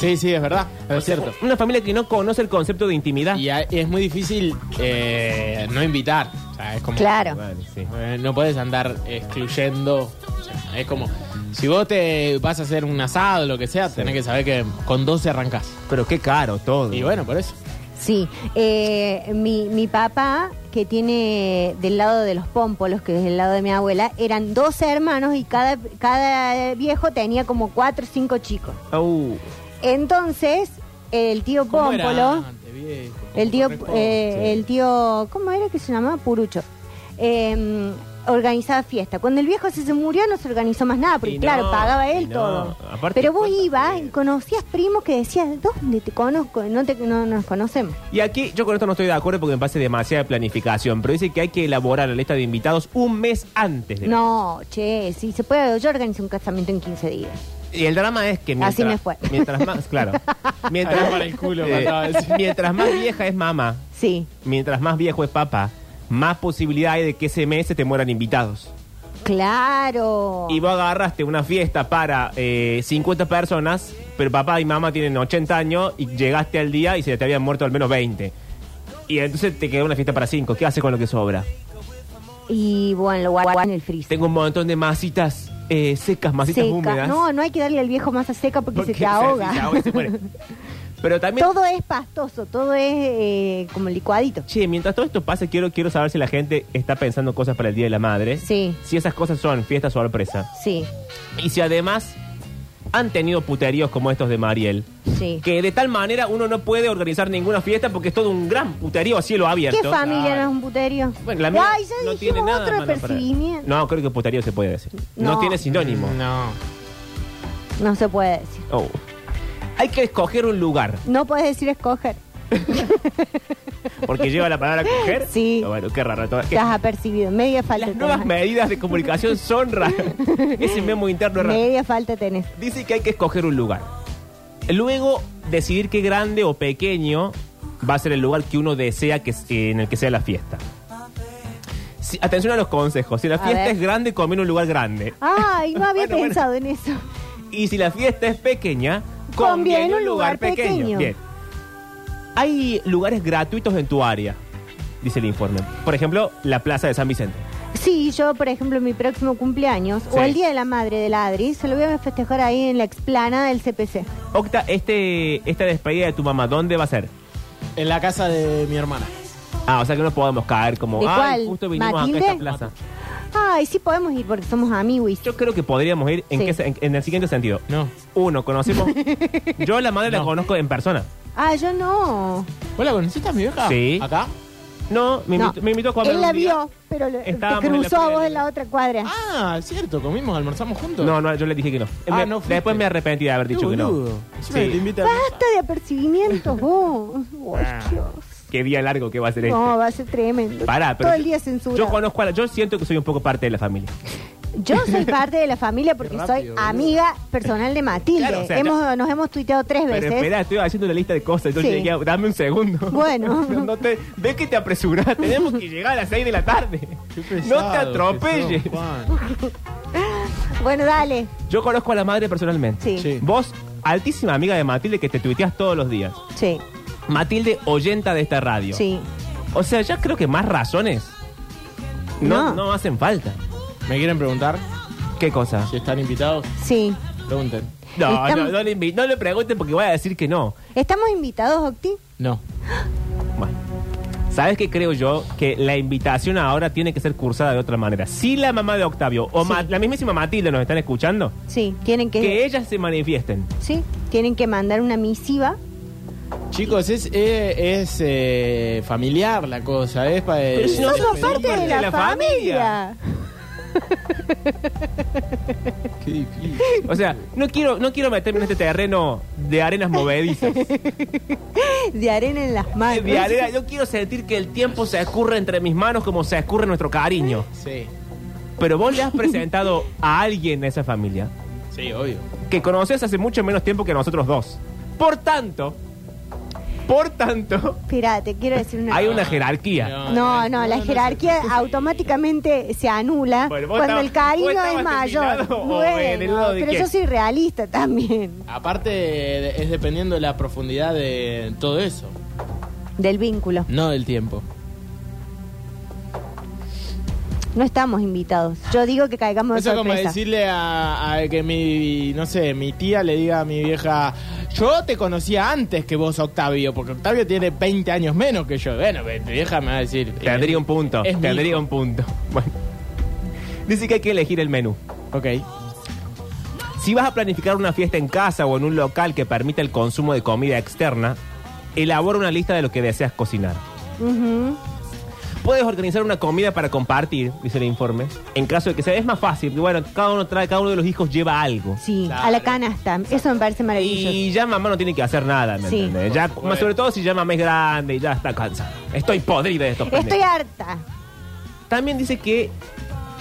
Sí, sí, es verdad, es cierto.
Una familia que no conoce el concepto de intimidad.
Y a- es muy difícil eh, no invitar. O sea, es como,
Claro.
Bueno, sí.
Eh, no puedes andar excluyendo. O sea, es como, si vos te vas a hacer un asado, lo que sea, tenés que saber que con 12 arrancás.
Pero qué caro todo.
Y bueno, por eso.
Sí, eh, mi, mi papá, que tiene del lado de los pómpolos, que es del lado de mi abuela, eran 12 hermanos y cada, cada viejo tenía como 4 o 5 chicos.
Au.
Entonces, el tío
¿Cómo era
Pómpolo,
antes, viejo? ¿Cómo
el tío,
corresponde?
eh, el tío, ¿cómo era que se llamaba? Purucho. Eh, organizaba fiesta. Cuando el viejo se, se murió no se organizó más nada, porque
Y
claro,
no,
pagaba él
y no.
todo.
Aparte,
Pero vos
¿cuántas
ibas y
veces?
conocías primos que decías, ¿dónde te conozco? No, te, no nos conocemos.
Y aquí yo con esto no estoy de acuerdo porque me parece demasiada planificación, pero dice que hay que elaborar la lista de invitados un mes antes. De
No, che, sí se puede. Yo organizé un casamiento en 15 días.
Y el drama es que mientras,
Así me fue.
mientras más, claro, mientras, eh,
Ahí para el culo, mandaba a decir.
mientras más vieja es mamá,
Sí.
mientras más viejo es papá, más posibilidad hay de que ese mes se te mueran invitados.
Claro.
Y vos agarraste una fiesta para eh, 50 personas, pero papá y mamá tienen 80 años y llegaste al día y se te habían muerto al menos 20. Y entonces te quedó una fiesta para 5. ¿Qué haces con lo que sobra?
Y bueno, lo guardaba en el freezer.
Tengo un montón de masitas eh, secas, masitas
Seca.
húmedas.
No, no hay que darle al viejo masa seca porque,
Porque
se te ahoga.
se ahoga y se muere. Pero también,
todo es pastoso, todo es eh, como licuadito.
che, mientras todo esto pasa, quiero, quiero saber si la gente está pensando cosas para el Día de la Madre.
Sí.
Si esas cosas son fiesta sorpresa.
Sí,
Y si además han tenido puteríos como estos de Mariel.
sí.
Que de tal manera uno no puede organizar ninguna fiesta porque es todo un gran puterío a cielo abierto.
¿Qué familia
Claro.
no es un puterio?
Ah, Bueno, la mía
Ay, ya
no
dijimos
tiene nada
otro de
malo para-
percibimiento.
No, creo que puterío se puede decir. No,
No.
tiene sinónimo.
No.
No se puede decir.
Oh. Hay que escoger un lugar.
No puedes decir escoger.
Porque lleva la palabra coger.
Sí.
Bueno, qué raro. todo.
Te has apercibido. Media falta
Las nuevas
tenés.
medidas de comunicación son raras. Ese memo interno es raro.
Media falta tenés.
Dice que hay que escoger un lugar. Luego, decidir qué grande o pequeño va a ser el lugar que uno desea que, eh, en el que sea la fiesta. Si- atención a los consejos. Si la
A
fiesta
ver.
es grande, come en un lugar grande.
Ay, no había
Bueno, bueno.
pensado en eso.
Y si la fiesta es pequeña,
Conviene
conviene
en
un lugar pequeño.
pequeño.
Bien. Hay lugares gratuitos en tu área, dice el informe. Por ejemplo, la Plaza de San Vicente.
Sí, yo, por ejemplo, mi próximo cumpleaños
Sí.
o el Día de la Madre de la Adri, se lo voy a festejar ahí en la explanada del CPC.
Octa, este, esta despedida de tu mamá, ¿dónde va a ser?
En la casa de mi hermana.
Ah, o sea que no podemos caer como,
¿De
ay,
cuál?
justo vinimos
¿Matilde?
acá a esta plaza.
Ay, sí podemos ir porque somos amigos. y-
Yo creo que podríamos ir en,
Sí.
qué se- en- en el siguiente sentido.
No.
Uno, conocemos. yo la madre la
No.
conozco en persona.
Ah, yo no.
¿Vos la conociste a mi vieja?
Sí.
¿Acá?
No, me,
No.
Invitó, me invitó a comer.
Él
un
la
día.
vio, pero le- te
Estábamos en la
cruzó a vos
playa.
en la otra cuadra.
Ah, cierto, comimos, almorzamos juntos.
No, no, yo le dije que no.
Ah,
Me-
no fuiste.
después me arrepentí de haber
Qué
dicho que no.
boludo. Encima
Sí. Ah,
te invita a
Basta de apercibimientos, vos. Ay, Dios.
Qué día largo que va a ser este.
No, va a ser tremendo.
Pará, pero
Todo el
yo-
día censura.
Yo conozco a la, yo siento que soy un poco parte de la familia.
Yo soy parte de la familia porque
Qué
soy
rápido, boludo.
amiga personal de Matilde.
Claro, o sea,
hemos, nos hemos tuiteado tres
Pero
veces.
espera, estoy haciendo la lista de cosas. Yo
Sí.
llegué a- dame un segundo.
Bueno.
No, no te, ve que te apresurás. Tenemos que llegar a las 6 de la tarde.
Qué
no
pesado
te
que
atropelles.
sos, Juan.
Bueno, dale.
Yo conozco a la madre personalmente.
Sí.
Sí.
Vos, altísima amiga de Matilde que te tuiteas todos los días.
Sí,
Matilde, oyenta de esta radio.
sí.
O sea, ya creo que más razones no,
No.
no hacen falta.
¿Me quieren preguntar
¿Qué cosa?
si están invitados?
Sí.
Pregunten.
No,
Estamos-
no, no le, invi- no le pregunten porque voy a decir que no.
¿Estamos invitados, Octi?
No.
Bueno. ¿Sabes qué creo yo? Que la invitación ahora tiene que ser cursada de otra manera. Si la mamá de Octavio o
Sí.
Ma- la mismísima Matilde nos están escuchando,
Sí, tienen que,
que ellas se manifiesten.
sí, tienen que mandar una misiva.
Chicos, es, eh, es eh, familiar la cosa, es para...
Pero si no
Somos
somos
parte de la,
la
familia.
familia. O sea, no quiero, no quiero meterme en este terreno de arenas movedizas.
De arena en las manos.
De arena, yo quiero sentir que el tiempo se escurre entre mis manos como se escurre nuestro cariño.
Sí,
Pero vos le has presentado a alguien a esa familia
sí, obvio.
que conoces hace mucho menos tiempo que nosotros dos. Por tanto, Por tanto,
Espérate, quiero decir una
hay una jerarquía.
No, no, la jerarquía automáticamente se anula
Bueno, vos
cuando
estabas-
el cariño
vos
es
estabas de
mayor.
mi lado, o de- del
Bueno,
lado de
pero
quién.
yo soy realista también
Aparte, de- es dependiendo de la profundidad de todo eso,
del vínculo.
no del tiempo.
No estamos invitados. Yo digo que caigamos de
Eso es como
sorpresa.
decirle a, a que mi, no sé, mi tía le diga a mi vieja, yo te conocía antes que vos, Octavio, porque Octavio tiene 20 años menos que yo. Bueno, mi vieja me va a decir... eh,
Tendría un punto.
Es mi
Tendría
hijo.
un punto. Bueno. Dice que hay que elegir el menú.
Ok.
Si vas a planificar una fiesta en casa o en un local que permita el consumo de comida externa, elabora una lista de lo que deseas cocinar.
Ujú.
Puedes organizar una comida para compartir, dice el informe. En caso de que sea, es más fácil. Bueno, cada uno trae, cada uno de los hijos lleva algo.
Sí,
Claro.
a la canasta. Eso me parece maravilloso.
Y ya mamá no tiene que hacer nada, ¿me
Sí.
entiendes? Ya,
supuesto.
sobre todo si ya mamá es grande y ya está cansada. Estoy podrida de estos
Estoy
pendejos.
harta.
También dice que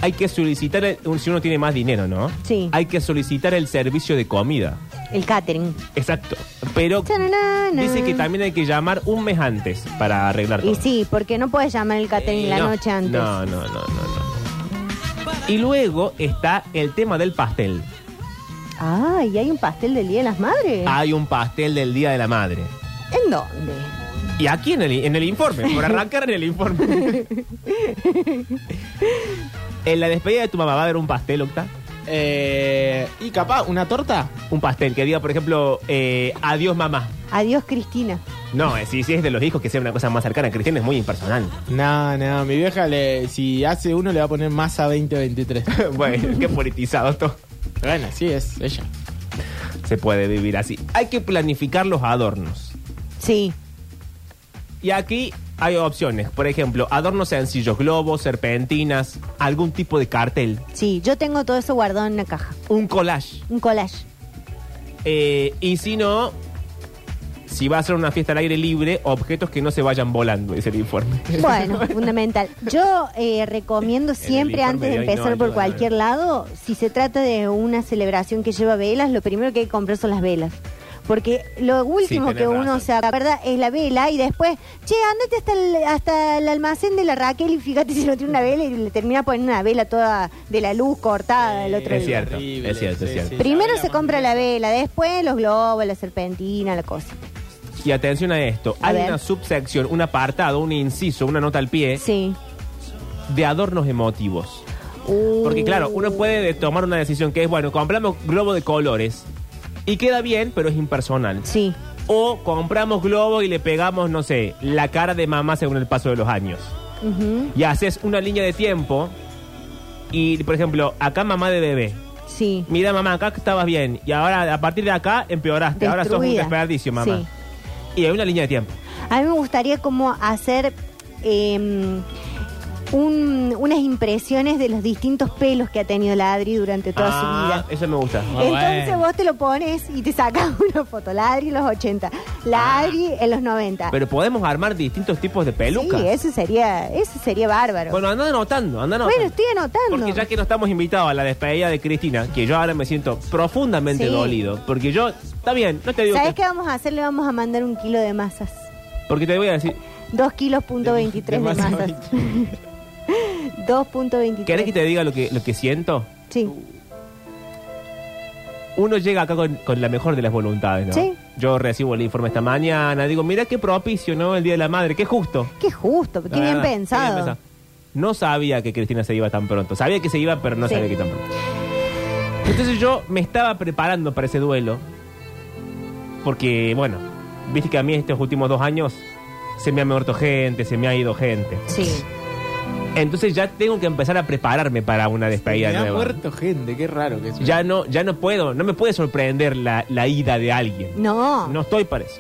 hay que solicitar, el- si uno tiene más dinero, ¿no?
Sí.
Hay que solicitar el servicio de comida.
El catering.
Exacto. Pero
Chananana.
dice que también hay que llamar un mes antes para arreglar todo.
Y sí, porque no puedes llamar el catering
Eh,
la
no.
noche antes.
No, no, no, no, no. Y luego está el tema del pastel.
Ah, y hay un pastel del Día de las Madres.
Hay un pastel del Día de la Madre.
¿En dónde?
Y aquí en el, en el informe, por arrancar en el informe. en la despedida de tu mamá va a haber un pastel, Octa.
Eh, y capaz, ¿una torta?
Un pastel que diga, por ejemplo, eh, adiós mamá.
Adiós, Cristina.
No, eh, si, si es de los hijos que sea una cosa más cercana. Cristian es muy impersonal.
No, no, mi vieja, le, si hace uno, le va a poner masa 2023.
bueno, qué politizado todo.
bueno, sí, es ella.
Se puede vivir así. Hay que planificar los adornos.
Sí.
Y aquí hay opciones. Por ejemplo, adornos sencillos, globos, serpentinas, algún tipo de cartel,
Sí, yo tengo todo eso guardado en una caja.
un collage.
Un collage.
Eh, y si no, si va a ser una fiesta al aire libre, objetos que no se vayan volando, dice el informe.
Bueno, fundamental. Yo eh, recomiendo siempre,
informe
antes de
de hoy no
empezar por
ayuda,
cualquier lado, si se trata de una celebración que lleva velas, lo primero que hay que comprar son las velas. Porque lo último
tenés
que uno
razón.
se acuerda es la vela y después, che, andate hasta el, hasta el almacén de la Raquel y fíjate si no tiene una vela y le termina poniendo una vela toda de la luz cortada del Ah, otro
es
día.
cierto, es cierto, es cierto.
Primero
la
se
vela
compra
más
la vela, después los globos, la serpentina, la cosa.
Y atención a esto,
A
hay
ver.
una subsección, un apartado, un inciso, una nota al pie
Sí.
de adornos emotivos.
Uh.
Porque claro, uno puede de- tomar una decisión que es, bueno, compramos globo de colores y queda bien, pero es impersonal.
Sí.
O compramos globo y le pegamos, no sé, la cara de mamá según el paso de los años.
Ujú.
Y haces una línea de tiempo y, por ejemplo, acá mamá de bebé.
Sí.
Mira mamá, acá estabas bien y ahora a partir de acá empeoraste. Ahora sos un
Destruida.
desperdicio, mamá.
Sí.
Y hay una línea de tiempo.
A mí me gustaría como hacer eh, un- unas impresiones de los distintos pelos que ha tenido la Adri durante toda
Ah,
su vida.
Eso me gusta.
Muy
Entonces
bueno.
vos te lo pones y te sacas una foto. La Adri en los 80, la Adri en los 90.
Ah. Pero podemos armar distintos tipos de pelucas.
Sí, eso sería, eso sería bárbaro. Bueno,
Bueno, anda anotando, anda anotando.
estoy anotando.
Porque ya que no estamos invitados a la despedida de Cristina, que yo ahora me siento profundamente
Sí.
dolido, porque yo, está bien, no te digo
¿Sabes
que-
qué vamos a hacer? Le vamos a mandar un kilo de masas.
Porque te voy a decir,
2 kilos punto 23 de,
de masa
masas. 2.23.
¿querés que te diga lo que, lo que siento?
Sí.
Uno llega acá con, con la mejor de las voluntades, ¿no?
Sí.
Yo recibo el informe esta mañana, digo, mira qué propicio, ¿no? El Día de la Madre, qué justo.
Qué justo, qué
La
bien
verdad, Ah, qué
pensado.
No sabía que Cristina se iba tan pronto. Sabía que se iba, pero no
Sí.
sabía que tan pronto. Entonces yo me estaba preparando para ese duelo. Porque, bueno, viste que a mí estos últimos dos años se me ha muerto gente, se me ha ido gente.
Sí.
Entonces ya tengo que empezar a prepararme para una despedida
Me ha
nueva.
muerto gente, qué raro que es.
Ya no, ya no puedo, no me puede sorprender la, la ida de alguien.
No.
No estoy para eso.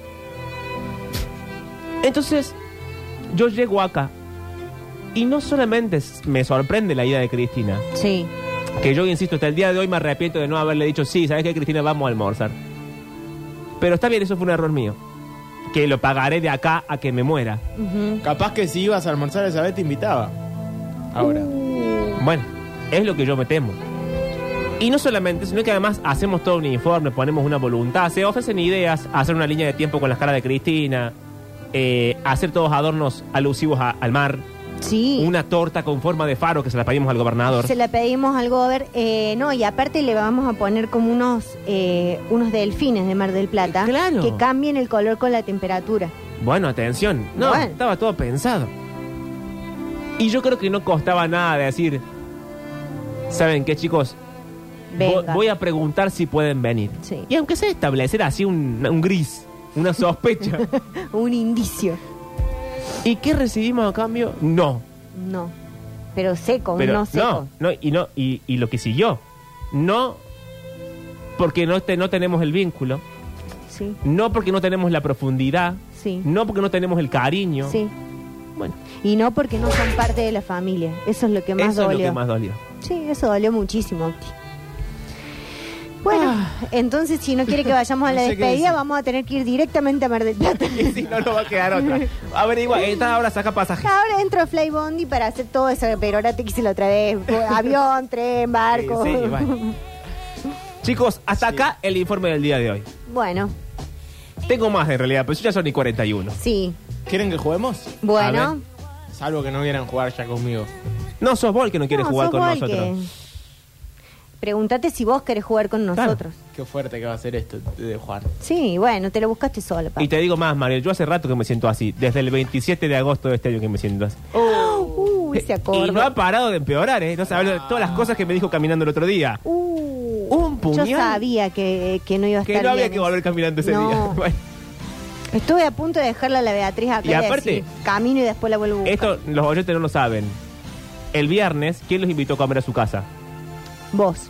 Entonces, yo llego acá y no solamente s- me sorprende la ida de Cristina,
Sí.
que yo insisto, hasta el día de hoy me arrepiento de no haberle dicho, sí, ¿sabes qué, Cristina? Vamos a almorzar. Pero está bien, eso fue un error mío. Que lo pagaré de acá a que me muera.
Ujú.
Capaz que si ibas a almorzar esa vez te invitaba. Ahora.
Bueno, es lo que yo me temo. Y no solamente, sino que además hacemos todo un informe, ponemos una voluntad, se ofrecen ideas, hacer una línea de tiempo con las caras de Cristina, eh, hacer todos adornos alusivos a- al mar,
Sí.
una torta con forma de faro que se la pedimos al gobernador.
Se la pedimos al gober, eh, no, y aparte le vamos a poner como unos eh, unos delfines de Mar del Plata
Eh, claro.
que cambien el color con la temperatura.
Bueno, atención. No,
Bueno.
estaba todo pensado. Y yo creo que no costaba nada decir, ¿saben qué, chicos? Vo-
Venga.
Voy a preguntar si pueden venir.
Sí.
Y aunque sea establecer así un, un gris, una sospecha.
Un indicio.
¿Y qué recibimos a cambio? No.
No. Pero seco,
Pero
no seco.
no, y no, y, y lo que siguió. No porque no, te- no tenemos el vínculo,
Sí,
no porque no tenemos la profundidad,
sí.
no porque no tenemos el cariño.
Sí.
Bueno,
Y no porque no son parte de la familia. Eso es lo que más
eso
dolió.
es lo que más dolió.
Sí, eso dolió muchísimo, Octi. Bueno,
Ah.
entonces si no quiere que vayamos a la
No sé qué
despedida,
decir.
vamos a tener que ir directamente a Mar del Plata.
Y si no, no va a quedar otra. A ver, igual, esta ahora saca pasaje.
Ahora entro a Fly Bondi para hacer todo eso perorate que hice la otra vez. Fue pues, Avión, tren, barco.
Sí, sí, vale. Chicos, hasta acá el informe del día de hoy.
bueno,
Tengo más en realidad, pero yo ya son y 41.
sí.
¿Quieren que juguemos?
A
Bueno.
ver.
Salvo que no quieran jugar ya conmigo.
No sos vos el que no quiere
No,
jugar
sos
con
vos el
nosotros.
que- Pregúntate si vos querés jugar con
Claro.
nosotros.
Qué fuerte que va a ser esto de jugar.
Sí, bueno, te lo buscaste solo, papá.
Y te digo más, Mario, yo hace rato que me siento así. Desde el 27 de agosto de este año que me siento así.
Uy, se acordó.
Oh. Eh, Y no ha parado de empeorar, ¿eh? No sabes lo- todas las cosas que me dijo caminando el otro día.
Uh,
Un puñal.
Yo sabía que, que no iba a
Que
estar
no había
bien
que
eso.
volver caminando ese
No.
día. Bueno,
Estuve a punto de dejarla a la Beatriz acá
Y aparte-
decir, camino y después la vuelvo a buscar.
esto los oyentes no lo saben. El viernes, ¿quién los invitó a comer a su casa?
Vos,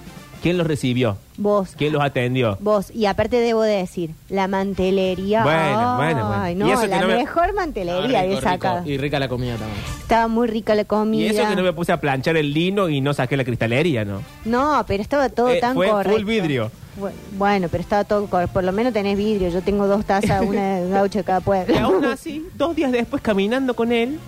¿Quién los recibió?
vos,
¿Quién los atendió?
vos. Y aparte debo decir, la mantelería.
Bueno, bueno, bueno.
Ay,
Y
no,
eso que
la
no me-
mejor mantelería
Ah,
había
rico,
sacado.
rico. Y rica la comida también.
Estaba muy rica la comida.
Y eso que no me puse a planchar el lino y no saqué la cristalería, ¿no?
No, pero estaba todo
Eh,
tan
fue
correcto.
full vidrio.
Bu- Bueno, pero estaba todo correcto. Por lo menos tenés vidrio. Yo tengo dos tazas, una de gaucho de cada
Y aún
pueblo.
así, dos días después caminando con él,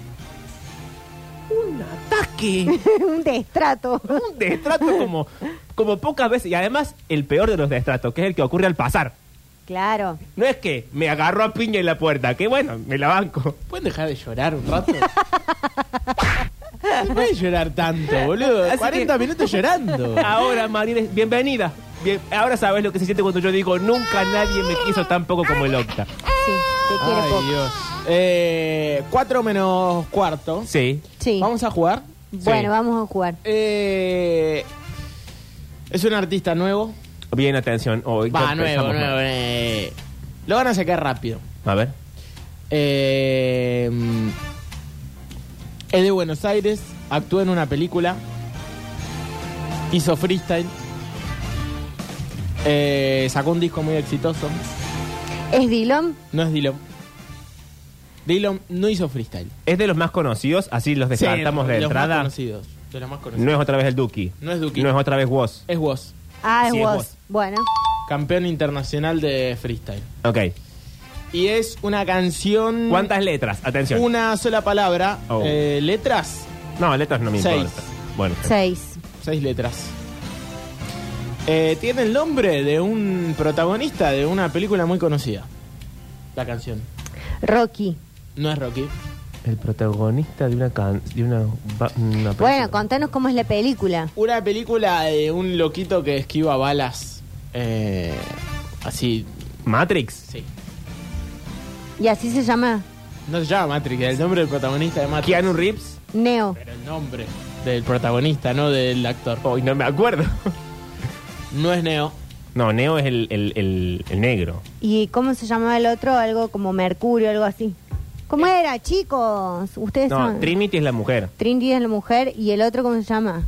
un ataque,
Un destrato.
un destrato como, como pocas veces. Y además, el peor de los destratos, que es el que ocurre al pasar.
Claro.
No es que me agarró a piña en la puerta, que bueno, me la banco.
¿Pueden dejar de llorar un rato? No pueden llorar tanto, boludo.
Así
40
que-
minutos llorando.
Ah,
Ahora, Marines, bienvenida. Bien- ahora sabes lo que se siente cuando yo digo, nunca nadie me quiso tan poco como el Octa.
Sí, te quiere
Ay,
poco.
Dios. Eh, 4 menos cuarto.
Sí.
Sí.
Vamos a jugar.
Bueno,
sí.
vamos a jugar.
Eh, es un artista nuevo.
Bien, atención. Hoy
Va,
ya
nuevo,
empezamos
nuevo.
mal.
eh. Lo van a sacar rápido.
A ver.
Eh, mm, es de Buenos Aires, actuó en una película, hizo freestyle, eh, sacó un disco muy exitoso.
¿Es Dylan?
No es Dylan. Dylan no hizo freestyle.
Es de los más conocidos, así los descartamos
Sí,
de
los más
entrada.
conocidos, de los más conocidos.
No es otra vez el Duki.
No es Duki.
No es otra vez Woz.
Es Woz,
Ah, es
Sí, es
vos.
vos.
Bueno.
campeón internacional de freestyle.
Ok.
Y es una canción.
¿Cuántas letras? Atención.
Mm. Una sola palabra.
Oh.
Eh, letras.
No, letras no me
Seis.
importa. Bueno.
Seis.
Seis letras. Eh, tiene el nombre de un protagonista de una película muy conocida. La canción.
Rocky.
No es Rocky.
El protagonista de una can... de una, ba- una
Bueno,
película.
contanos cómo es la película.
Una película de un loquito que esquiva balas. eh, así,
Matrix.
sí.
Y así se llama
No se llama Matrix, es el nombre del protagonista de Matrix.
Keanu Reeves.
Neo.
Pero el nombre del protagonista, no del actor.
Hoy no me acuerdo.
No es Neo.
No, Neo es el, el- el- el negro.
¿Y cómo se llamaba el otro? Algo como Mercurio, algo así. ¿Cómo era, chicos? Ustedes
Eh. No,
saben.
Trinity es la mujer.
Trinity es la mujer y el otro, ¿cómo se llama?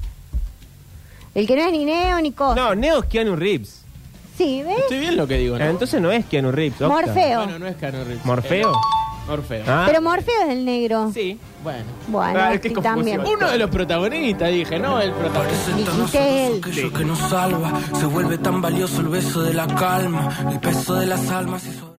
El que no es ni Neo ni Cos.
No, Neo es Keanu Reeves.
Sí, ¿ves?
Estoy bien lo que digo, ¿no?
Entonces no es Keanu Reeves. Octa.
Morfeo.
Bueno, no es Keanu Reeves.
¿Morfeo?
Eh, Morfeo.
Ah,
Pero Morfeo es el negro.
sí.
Bueno.
Bueno,
Ah,
Octi
qué confusión.
también.
Uno de los protagonistas, dije, no el protagonista.
Dijiste él.
Aquello que nos salva, se vuelve tan valioso el beso de la calma, el peso de las almas y su-